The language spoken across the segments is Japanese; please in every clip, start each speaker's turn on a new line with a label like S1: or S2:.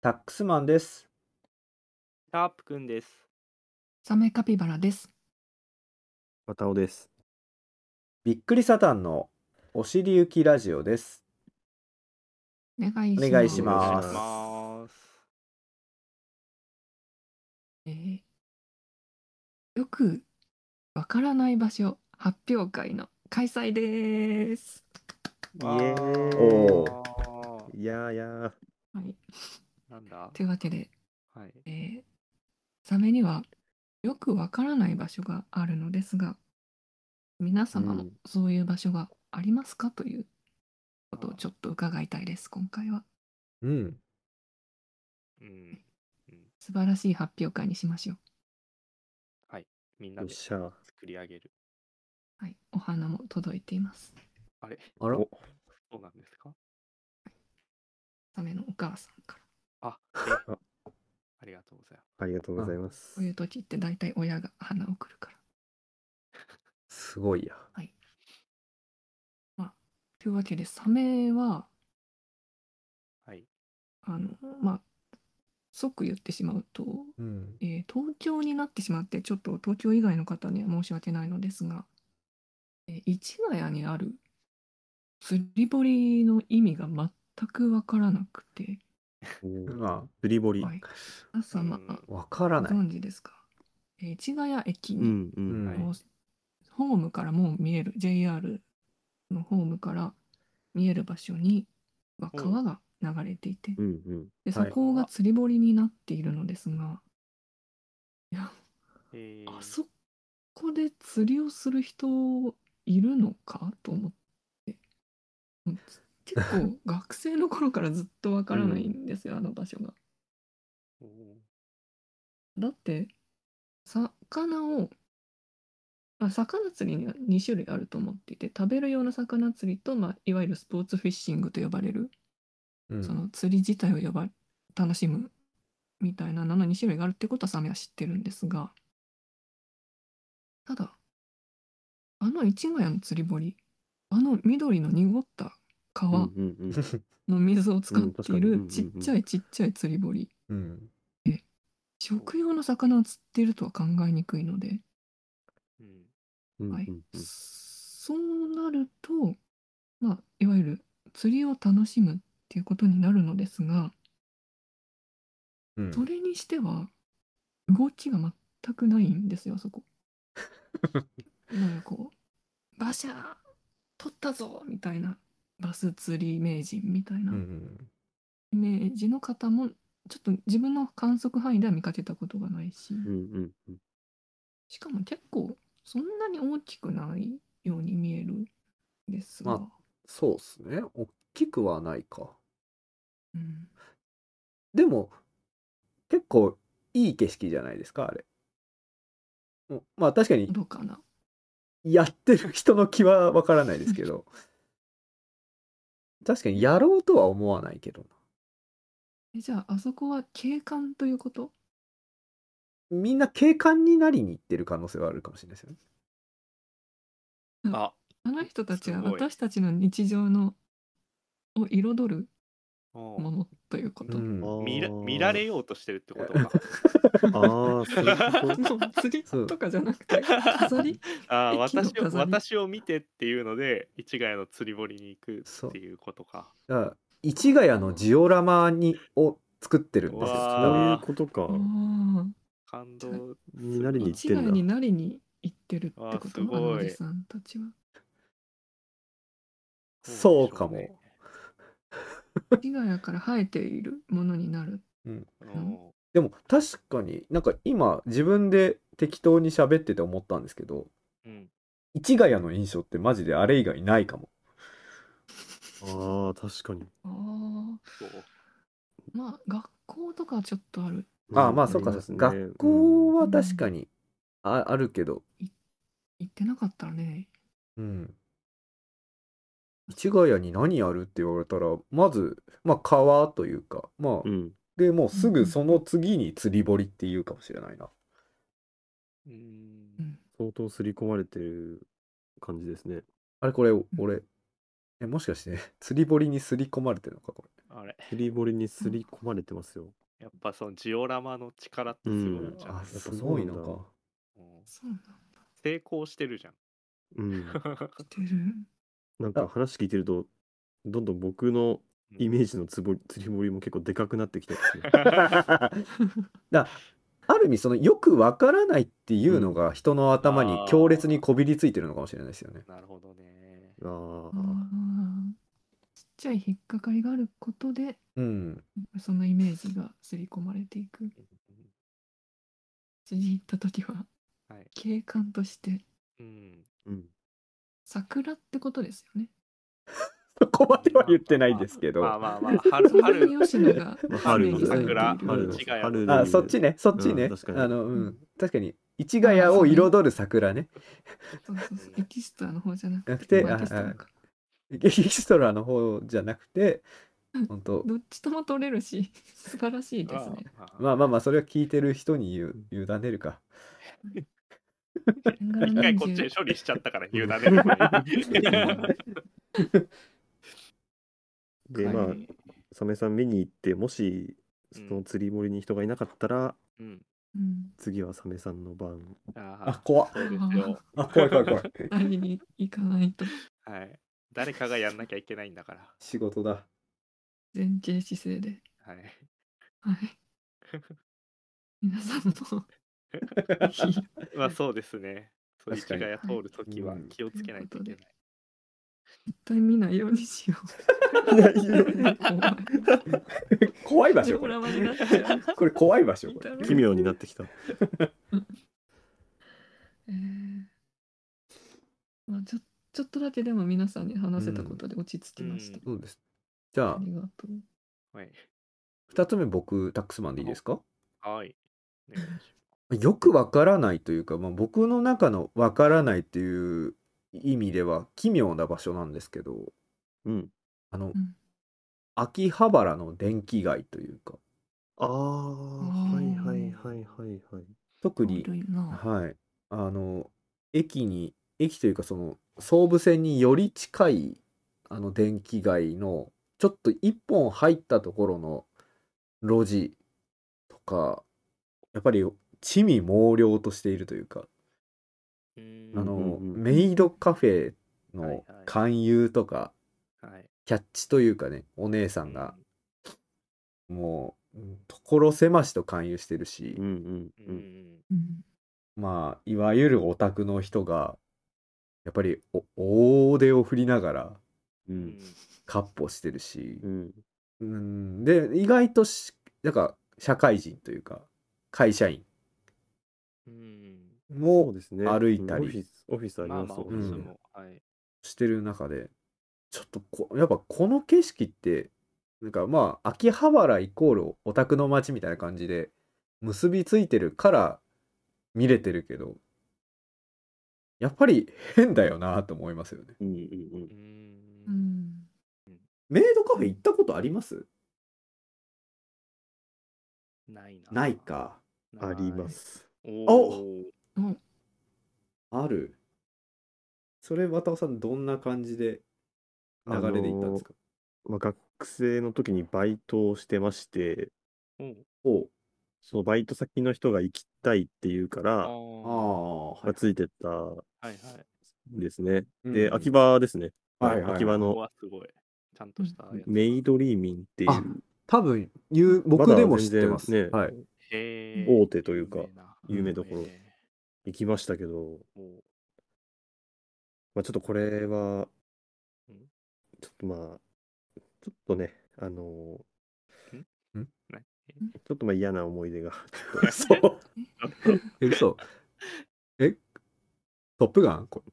S1: タックスマンです。
S2: シャープくんです。
S3: サメカピバラです。
S4: わたおです。
S1: びっくりサタンのお尻行きラジオです。
S3: お願いします。
S1: お願いし
S4: お願
S1: ま
S4: いし
S1: す。
S2: ます。
S3: えーよくわからない場所発表会の開催です。
S4: イエーイ
S1: お
S2: ー
S4: いやーやー。
S3: はい、
S2: なんだ。
S3: というわけで、
S2: はい。
S3: えーサメにはよくわからない場所があるのですが、皆様
S4: う
S3: も
S4: ん
S3: そういう場所がありますかということをちょっと伺いたいです、今回は。
S4: うん。
S2: うん。
S3: 素晴らしい発表会にしましょう。
S2: みんな
S4: よっ
S2: で
S4: しゃ。
S2: 作り上げる。
S3: はい、お花も届いています。
S2: あれ
S1: あら
S4: お
S2: そうなんですか
S3: サメのお母さんから。
S2: あ、え
S4: あ
S2: ありがとうございま
S4: ありがとうございます
S3: こう。いう時って大体親が花を送るから。
S1: すごいや。
S3: というわけでサメは
S2: す。はい。
S3: あのまあ即言ってしまうと、
S1: うん。
S3: えー東京になってしまってちょっと東京以外の方には申し訳ないのですが、えー市ヶ谷にある釣り堀の意味が全くわからなくて
S4: おー
S1: ま
S4: 釣り堀。
S3: はい皆様、
S2: うん
S1: あ、わから
S3: ご
S1: ない。
S3: 存知ですか、えー市ヶ谷駅に
S4: うんうん。
S1: うん
S3: もうホームからもう見える JR のホームから見える場所には
S2: うん
S3: 川が流れていて、
S4: うんうん。
S3: でそ
S1: はい
S3: こが釣り堀になっているのですが、いや
S2: えー
S3: あそこで釣りをする人いるのかと思ってうん結構学生の頃からずっとわからないんですよ、あの場所が。
S2: おー
S3: だって魚をあ魚釣りには2種類あると思っていて食べる用の魚釣りと、まあ、いわゆるスポーツフィッシングと呼ばれる、
S1: うん
S3: その釣り自体を呼ば楽しむみたいなのの2種類があるってことはサメは知ってるんですがただあの市ヶ谷の釣り堀あの緑の濁った
S4: うん
S3: 川
S4: うんうん。
S3: の水を使ってい
S4: うん
S3: る
S4: うん
S3: ちっちゃいちっちゃい釣り堀
S1: うん。
S3: 食用の魚を釣ってるとは考えにくいので。
S2: うん。
S4: うん
S3: はい
S4: うんうん
S3: そうなると、まあ、いわゆる釣りを楽しむっていうことになるのですが
S1: うん
S3: それにしては動きが全くないんです よそこ。なんかこう「馬車取ったぞ!」みたいなバス釣り名人みたいな
S1: うん。
S3: イメージの方もちょっと自分の観測範囲では見かけたことがないし
S4: うんうん
S3: しかも結構そんなに大きくないように見えるんですが。
S1: まそうっすね。大きくはないか。
S3: うん
S1: でも、結構いい景色じゃないですか、あれ。おまあ確かに、
S3: どうかな
S1: やってる人の気はわからないですけ ど。確かにやろうとは思わないけどな。
S3: えじゃああそこは景観ということ
S1: みんな警官になりに行ってる可能性はあるかもしれないですよね。
S2: あ、
S3: あの人たちは
S2: すごい
S3: 私たちの日常のを彩る
S2: お
S3: も
S2: ー
S3: のということ、
S1: ん
S4: あー
S2: 見ら見られようとしてるってことか。
S4: あーそういう
S3: も
S4: こ
S3: う釣り
S1: そう
S3: とかじゃなくて飾り
S2: あー
S3: 駅の
S2: 私を
S3: 飾り
S2: 私を見てっていうので市ヶ谷の釣り堀に行くっていうことか。
S1: だから市ヶ谷のジオラマにを作ってるんですよ。
S2: う
S4: と
S2: わ
S4: そうい
S1: 多
S4: うことか
S3: あ。あ
S2: 感動。
S4: になりに行っ
S3: 市
S4: て
S3: ヶ谷に
S4: んだ。
S3: なりに行ってるってこと
S2: あすごい
S3: あのおじさんたちは
S1: 分そうかも。
S3: 市ヶ谷から生えているものになる
S2: うん。
S1: でも確かになんか今自分で適当に喋ってて思ったんですけど、
S2: うん。
S1: 市ヶ谷の印象ってマジであれ以外ないかも。
S4: ああ確かに。
S3: ああ
S2: そう。
S3: まあ学校とかはちょっとある
S1: ああまあそうかそうか、学校は確かにああるけど、
S3: 行ってなかったらね
S1: うん。市ヶ谷に何やるって言われたらまずまあ川というかまあ、
S4: うん
S1: でもうすぐその次に釣り堀っていうかもしれないな。
S2: うーん
S3: うん
S4: 相当刷り込まれてる感じですね。
S1: あれこれ俺えもしかして 釣り堀に刷り込まれてるのかこ
S2: あれ
S4: 釣り堀にすり込まれてますよ。
S2: やっぱそのジオラマの力ってすごいじ
S1: れ
S2: ゃん
S1: あ、
S4: やっぱ
S1: す
S4: そ
S1: ご
S4: うないんだ
S1: のか
S2: うん
S3: そうなんだ。
S2: 成功してるじゃん
S4: うん。
S3: てる。
S4: なんか話聞いてると、どんどん僕のイメージのつぼ釣り堀も結構でかくなってきてますね。
S1: ある意味そのよくわからないっていうのが人の頭に強烈にこびりついてるのかもしれないですよね。
S2: なるほどね
S3: あ
S4: ああ。
S3: ーちっちゃい引っかかりがあることで、
S1: うん。
S3: そのイメージが刷り込まれていく。釣り行った時は、
S2: はい
S3: 景観として
S2: うん
S4: うん。
S3: 桜ってことですよね。
S1: そこまでは言ってないですけど。
S2: まあ
S1: あ
S2: まあまあ春
S3: そんな
S2: 春
S3: に吉野が
S4: まあ春
S3: イ
S4: の
S3: メージされている
S2: 桜違う
S4: 春の
S2: よ
S4: 春の
S1: あ、そっちね、そっちね。
S4: うん確かに
S1: あの、うん。確かに、市ヶ谷を彩る桜 ね。
S3: そうそうそうエキストラの方じゃなく
S1: なくて
S3: ま
S1: あ
S3: あエキストラか
S1: エキストラの方じゃなくて、本当
S3: どっちとも取れるし、素晴らしい ですね。
S2: ああ
S1: まあまあまあ、それは聞いてる人にゆ委ねるか。
S3: 年がら
S2: 一回こっち
S3: 年
S2: で
S3: 中
S2: 処理しちゃったから言うなね
S4: で、まあ、
S3: はい
S4: サメさん見に行って、もし、そ
S2: うん
S4: の釣り堀に人がいなかったら、
S2: うん
S3: うん
S4: 次はサメさんの番。
S1: あ
S2: あ、あ
S1: 怖っ。
S2: そうですよ
S1: あ、怖い怖い怖い。
S3: 会いに行かないと
S2: はい誰かがやんなきゃいけないんだから
S1: 仕事だ。
S3: 前傾姿勢で、
S2: はい
S3: はい、皆さんもぜひ
S2: まあそうですね。そう市
S1: 確か
S2: ヶ
S1: に
S2: 谷通るときは
S1: うん
S2: 気をつけないといけない。
S3: 絶対見ないようにしよ う。怖
S1: 怖
S3: い
S1: い場
S3: ジ
S1: 所
S3: オ
S1: これ
S3: ラ。マになっちゃう。
S1: これ怖い場所これ。
S4: 奇妙になってきた。
S3: えーまあ、ちょちょっとだけでも皆さんに話せたことで落ち着きました。
S1: そうです。じゃ
S3: あ
S1: あ、
S3: りがとう。
S2: はい。
S1: 2つ目僕、タックスマンでいいですか
S2: はい。お願いします
S1: よくわからないというか、まあ、僕の中のわからないっていう意味では奇妙な場所なんですけど
S4: うん。
S1: あの、
S3: ん
S1: 秋葉原の電気街というか
S4: ああ、はいはいはいはいはい。
S1: 特に、
S3: 古いな。
S1: はい、あの駅に駅というかその総武線により近いあの電気街のちょっと一本入ったところの路地とかやっぱり地味猛烈としているというか
S2: うーん
S1: あの、
S4: うんうんうん
S1: メイドカフェ
S2: はいは
S1: の
S2: い
S1: 勧誘とか、
S2: はい。
S1: キャッチというかね、お姉さんが、もう、うん所狭しと勧誘してるし、
S4: うんう
S2: うんん。
S3: うん
S1: まあ、いわゆるオタクの人が、やっぱりお大腕を振りながら、
S2: う
S4: う
S2: んん。
S1: カッポしてるし
S4: う、ん
S1: うん、で、意外とし、なんか、社会人というか、会社員
S2: うん。
S4: そう
S1: も
S4: ですね。
S1: 歩いたり
S4: オフィス、オフィスあり
S2: まあ
S4: ま
S2: ますあ、オ
S4: も
S2: フ
S4: ん
S2: ィ
S4: ね
S2: ス
S1: うん
S2: も。はい。
S1: してる中で、ちょっとこ、やっぱこの景色って、なんかまあ、秋葉原イコールオタクの街みたいな感じで、結びついてるから見れてるけど、やっぱり変だよなと思いますよね。
S4: うんうんう
S2: う
S4: ん
S2: ーん。
S3: うん
S1: メイドカフェ行ったことあります
S2: ないな。
S1: ない。か。
S4: ありま。す。
S2: おお。
S1: ある。それ、渡尾さん、どんな感じで流れで行ったんですか、
S4: まあ、学生の時にバイトをしてまして、
S2: うん
S1: お
S4: そのバイト先の人が行きたいっていうから、
S2: あ
S1: ああ、
S4: まあ、ついてった
S2: あ。はいはい。
S4: んですね。
S1: うん
S4: で、秋葉ですね。
S1: はいはいはい
S4: 秋
S2: ここ
S4: 葉の
S2: はすごい。ちゃんとしたやつ。
S4: メイドリーミンってい
S1: あ
S4: う
S1: 多分、言う僕でも知ってます。
S4: まだ全然ね
S1: はい。
S2: へー
S4: 大手というか、有名どころ
S2: 有名ね
S4: 行きましたけど、
S2: おー
S4: まあ、ちょっとこれは
S2: うん、
S4: ちょっとまあ、ちょっとね、あのー
S1: んん
S2: 何
S4: ちょっとまあ嫌な思い 出が、ちょっと
S1: そう。 え、嘘。え、トップガンこれ。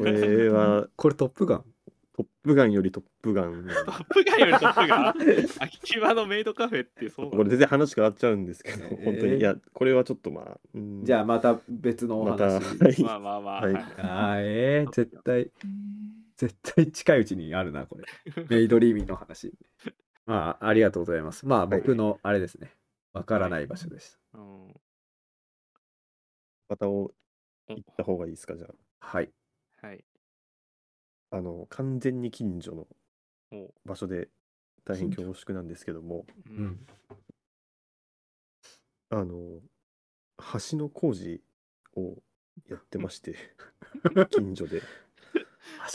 S4: これは
S1: これトップガン
S4: トップガンよりトップガン。
S2: トップガンよりトップガン 秋葉のメイドカフェってそうな
S4: これ全然話変わっちゃうんですけど、
S1: えー
S4: 本当に、いや、これはちょっとまあ、う ん
S1: じゃあまた別のお
S4: また、は
S1: 話。
S4: い。
S2: まあまあまあ。
S4: はい
S2: はい
S1: あーえー、絶対、絶対近いうちにあるな、これ。メイドリーミーの話。まあ、ありがとうございます。まあ、
S4: はい
S1: 僕のあれですね。わからない場所でした。
S2: うん
S4: またを行った方がいいですか、じゃあ。
S1: はい。
S2: はい。
S4: あの完全に近所の
S2: おう
S4: 場所で大変
S3: 近所
S4: 恐縮なんですけども
S2: う
S1: うんん。
S4: あの橋の工事をやってまして 近所で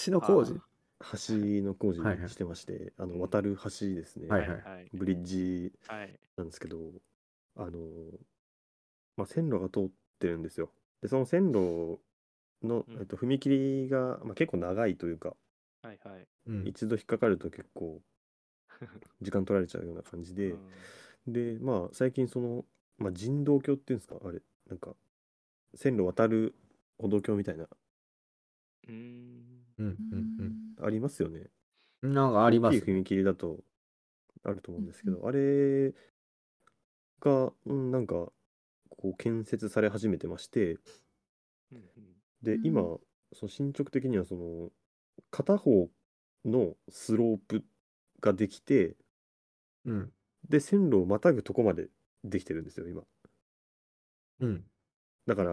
S1: 橋の工事
S4: 橋の工事
S1: はいはい
S4: してまして、あの渡る橋ですね、
S2: あー
S1: はいはい
S2: はい。
S4: ブリッジ
S2: はい。
S4: なんですけどあの、まあ、線路が通ってるんですよでその線路の、
S2: うん
S4: えっと、踏切が、まあ、結構長いというか
S2: はい。はい。
S1: うん
S4: 一度引っかかると結構時間取られちゃうような感じで、
S2: うん
S4: でまあ最近その、まあ、人道橋っていうんですかあれなんか線路渡る歩道橋みたいな
S2: うーん。
S1: うんうん
S4: ありますよね
S1: うんなんかありま
S4: 大
S1: す
S4: きい踏切だとあると思うんですけど、
S3: う
S4: あれが、うん、なんかこう建設され始めてまして
S2: うんうん
S4: で
S3: うん
S4: 今、その進捗的にはその片方のスロープができて
S1: うん
S4: で線路をまたぐとこまでできてるんですよ今
S1: うん
S4: だから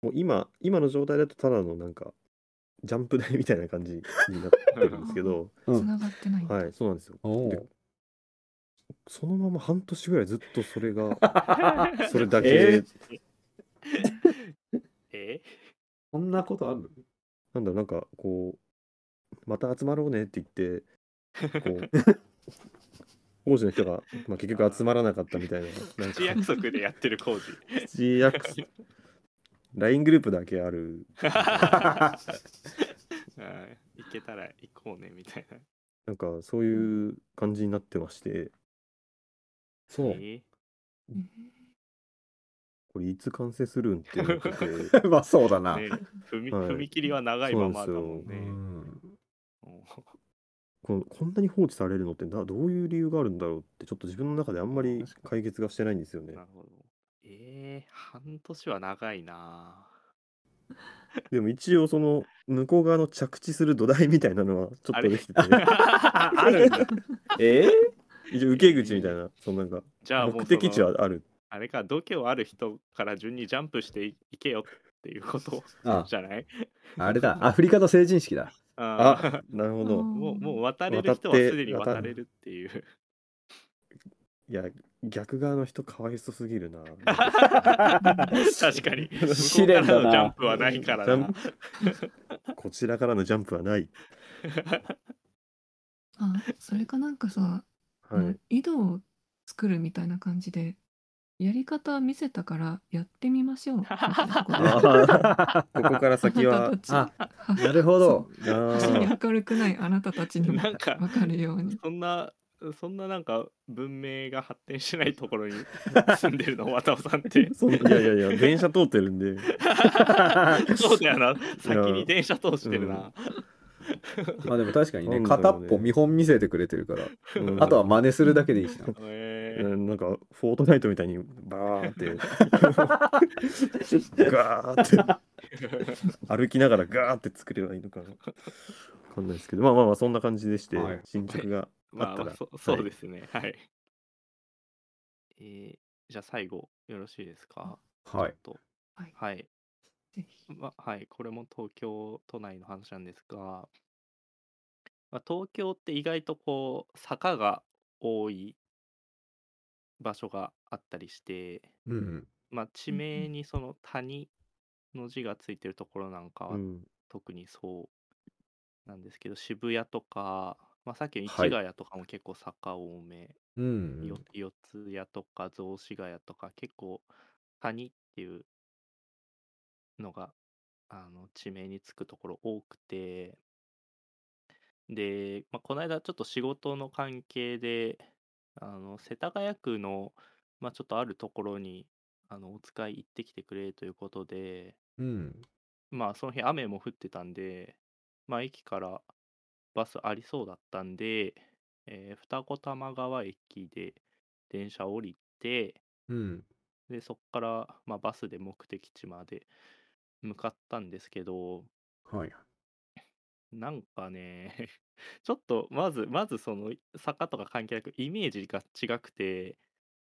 S4: もう今今の状態だとただのなんかジャンプ台みたいな感じになってるんですけど
S1: う
S3: つ
S1: ん
S3: ながってないんだ。
S4: はいそうなんですよ
S1: おお
S4: でそのまま半年ぐらいずっとそれがそれ
S1: ー
S4: だけ、
S1: え
S2: え
S1: そんなことある
S4: なんだろうなんかこうまた集まろうねって言ってこう王子の人が、まあ、結局集まらなかったみたいななん
S2: 口
S4: か
S2: 約束でやってる工 事。
S4: 口約束 LINE グループだけある
S2: はい行けたら行こうねみたいな。
S4: なんかそういう感じになってまして
S1: そう
S2: え
S4: これいつ完成するんっていうのを聞い て
S1: まあそうだな、
S2: ね踏み
S4: はい
S2: 踏切は長いままだもん
S1: う
S2: ね。
S1: ん
S2: うん
S4: このこんなに放置されるのってなどういう理由があるんだろうってちょっと自分の中であんまり解決がしてないんですよね
S2: なるほど。えー、半年は長いな
S4: でも一応その向こう側の着地する土台みたいなのはちょっとできてて、ね、
S2: あ あるんだ
S1: えー、
S4: 一応受け口みたいなそのなんか
S2: じゃあもう
S4: 目的地
S2: その
S4: はある
S2: あれか度胸ある人から順にジャンプしていいけよっていうこと
S1: あ
S2: じゃない
S1: あれだアフリカの成人式 だ
S2: あ
S4: あなるほど
S2: ーもうもう渡れる人はすでに渡れるっていう
S4: いや逆側の人かわいそすぎるな
S2: 確かに向こ
S1: 試練
S2: うか
S1: だ
S2: らの
S1: な
S2: ジャンプはないからな
S4: ジこちらからのジャンプはない、
S3: あ、それかなんかさ、
S4: はい
S3: もう井戸を作るみたいな感じで、やり方見せたからやってみましょう。みたいなこと
S4: あここから先は
S3: あなたたち
S1: あ
S3: は
S1: なるほど
S4: あ
S3: 橋に
S4: ー
S3: 明るくないあなたたちにも
S2: なんか
S3: 分かるように。
S2: そんなそんななんか文明が発展しないところに住んでるの渡尾さんって
S4: そんいやいやいや電車通ってるんで
S2: そうだよな先に電車通してるな、
S1: まあでも確かにね
S4: なんだろ
S1: 片
S4: う
S1: っ
S4: ね
S1: ぽ見本見せてくれてるから、
S4: うん
S1: あとは真似するだけでいいしな
S2: え
S4: う
S2: ー
S4: んなんかフォートナイトみたいにバーって ガーって歩きながらガーって作ればいいのかなわかんないですけどまあまあまあそんな感じでして、
S1: はい
S4: 進捗が
S2: ま
S4: あ
S2: あ
S4: った
S2: ま
S4: ら
S2: あ、そそうですねはい、えーじゃあ最後よろしいですか
S1: はい
S2: ちょっと
S3: はい
S2: はい
S3: ぜひ
S2: まあはい、これも東京都内の話なんですが、まあ、東京って意外とこう坂が多い場所があったりして、
S1: うん
S2: まあ、地名にその谷の字がついてるところなんか
S4: う
S2: は
S4: ん
S2: 特にそうなんですけど、渋谷とか、まあ、さっきの市
S1: はい
S2: ヶ谷とかも結構坂多め、
S1: うん
S2: よ四谷とか雑司ヶ谷とか結構谷っていうのがあの地名につくところ多くてで、まあ、この間ちょっと仕事の関係であの世田谷区の、まあ、ちょっとあるところにあのお使い行ってきてくれということで
S1: うん
S2: まあその日雨も降ってたんで、まあ駅からバスありそうだったんで、えー二子玉川駅で電車降りて、
S1: うん
S2: でそこから、まあ、バスで目的地まで向かったんですけど、
S1: はい
S2: なんかね、 ちょっとまず、まずその坂とか関係なくイメージが違くて、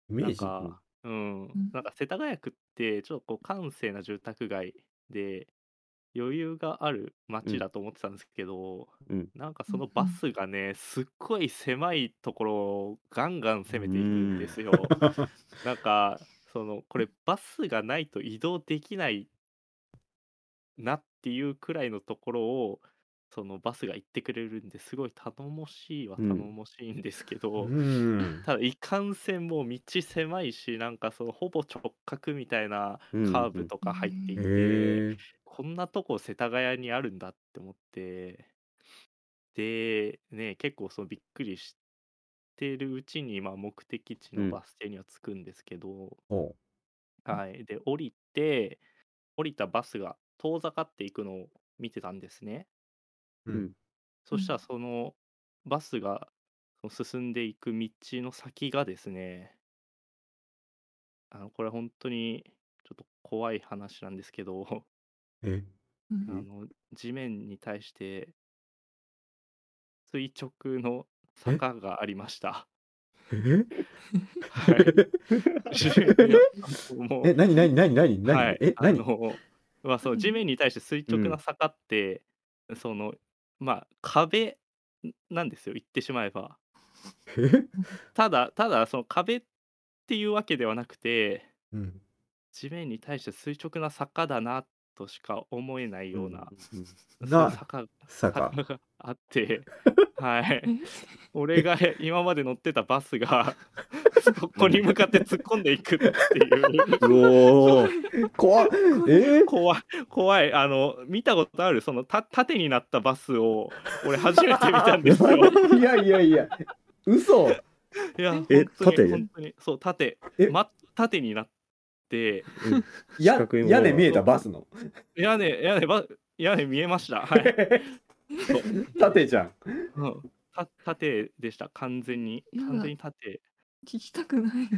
S1: イメー
S2: なん
S1: ジ
S2: か、うん
S3: ん、
S2: なんか世田谷区ってちょっとこう閑静な住宅街で、余裕がある街だと思ってたんですけど、
S4: うん
S2: なんかそのバスがねすっごい狭いところをガンガン攻めていくんですよ。 なんかそのこれバスがないと移動できないなっていうくらいのところをそのバスが行ってくれるんですごい頼もしいは
S4: うん
S2: 頼もしいんですけど、
S1: うん。
S2: ただいかんせんもう道狭いしなんかそのほぼ直角みたいなカーブとか入ってい
S1: へ
S2: て、
S1: え。
S2: こんなとこ世田谷にあるんだって思ってでね結構そのびっくりしてるうちに、まあ、目的地
S4: う
S2: の
S4: ん
S2: バス停には着くんですけど、
S1: ほ
S3: うん
S2: はいで降りて降りたバスが遠ざかっていくのを見てたんですね
S1: う。
S4: うん。
S2: そしたら
S3: うん
S2: そのバスがその進んでいく道の先がですねあのこれ本当にちょっと怖い話なんですけど
S1: え。
S3: うん
S2: あの地面に対して垂直の坂がありま した。
S1: え。
S2: はい、地面にもう
S1: え、なになになになになに
S2: はい。
S1: え、なに
S2: あ。の まあ、そう地面に対して垂直な坂って、そのまあ壁なんですよ言ってしまえば。
S1: え。
S2: ただただその壁っていうわけではなくて
S1: うん。
S2: 地面に対して垂直な坂だなとしか思えないような、
S1: うん
S2: そう
S1: な
S2: 坂
S1: 坂。
S2: が あって、はい
S3: え。
S2: 俺が今まで乗ってたバスが そこに向かって突っ込んでいくっていう
S4: うおー
S1: 怖っ。えー。
S2: 怖い怖いあの見たことあるそのた縦になったバスを俺初めて見たんですよ
S1: い やいやいや。嘘。
S2: いや本
S4: え
S2: 当に
S4: 縦
S2: 本当にそう縦
S1: え
S2: ま縦になって
S1: や
S4: 四角いもの
S1: 屋根見えたバスの。
S2: 屋根屋根ば屋根見えましたはい、
S1: 縦じゃん。
S2: うん、た縦でした完全に
S3: やだ
S2: 完全に縦
S3: 聞きたくない。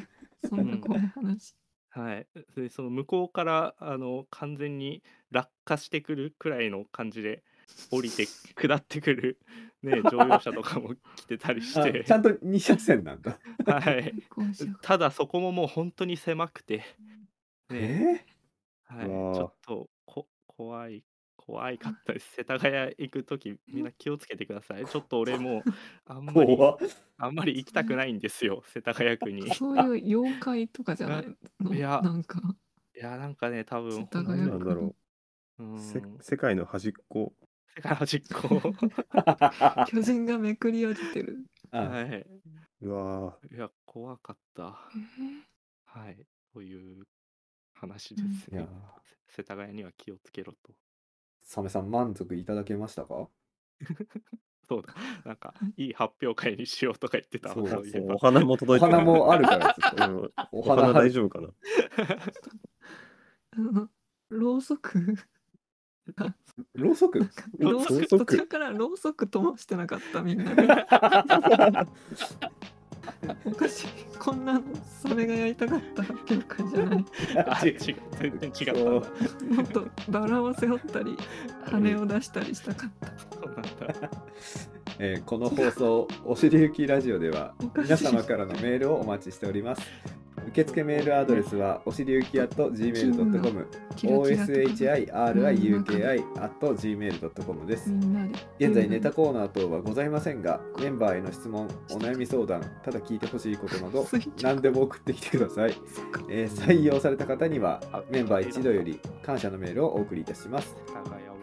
S3: そんな怖い話。
S2: はい、でその向こうからあの完全に落下してくるくらいの感じで降りて下ってくる、ね、乗用車とかも来てたりし
S1: あ
S2: て
S1: ち、ゃんと二車線なんだ。
S2: はい、
S3: こうしよう。
S2: ただそこももう本当に狭くて、ね
S1: え
S2: はい、ち
S4: うわー
S2: ょっとこ怖い怖いかったです世田谷行く時みんな気をつけてくださいちょっと俺もうあん
S1: ー
S2: まり
S1: 怖っ。
S2: あんまり行きたくないんですよ世田谷区 に。
S3: そういう妖怪とかじゃないの。
S2: いや
S3: なんか
S2: いやなんかね多分
S3: 世田谷
S4: な
S3: 区
S4: んだろ
S2: うん
S4: う
S2: 世
S4: せ世界の端っこ
S2: 界の実行
S1: あ
S3: 巨人がめくり上げてる。
S2: はい。
S4: うわ
S2: いや、怖かった。
S3: えー
S2: はい。という話です
S1: いや
S2: ね。せ世田谷には気をつけろと。
S1: サメさん満足いただけましたか
S2: そうだ。なんか、いい発表会にしようとか言ってたわ。
S1: そう
S2: そういえ
S4: ー
S2: ば
S4: お。花も
S1: お
S4: 届いてる
S1: 花もあるからちょっと
S4: うん
S1: お
S4: お
S1: 花
S4: 花
S1: 大
S4: 大
S1: 丈
S4: 丈夫かな
S3: あのろうそく
S1: 夫ろうそく
S3: なんか
S2: ろ
S3: ろ
S2: う
S3: う
S2: そ
S3: そ
S2: く
S3: く途中からろうそく灯してなかったみんなで おかしいこんなサメがやりたかった結果じゃない
S2: あ違う全然違ったんだ。
S3: もっとバラを背負ったり羽を出したりしたかった
S2: そうなんだ。
S1: えーこの放送「おしりゆきラジオ」では
S3: おかしい
S1: 皆様からのメールをお待ちしております受付メールアドレスはおしりゆき at gmail.com
S3: キラキラとか
S1: oshiriuki at gmail.com です
S3: みんなで
S1: 現在ネタコーナー等はございませんがメンバーへの質問お悩み相談ただ聞いてほしいことなど
S3: 垂直
S1: 何でも送ってきてください、
S3: そっか
S1: えー採用された方にはメンバー一同より感謝のメールをお送りいたします
S2: 世田谷を。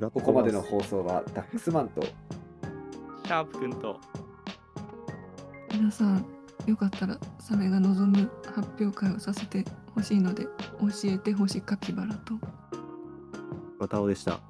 S1: ここまでの放送はダックスマンと
S2: シャープくんと。
S3: 皆さんよかったらサメが望む発表会をさせてほしいので教えてほしカピバラと
S4: またおでした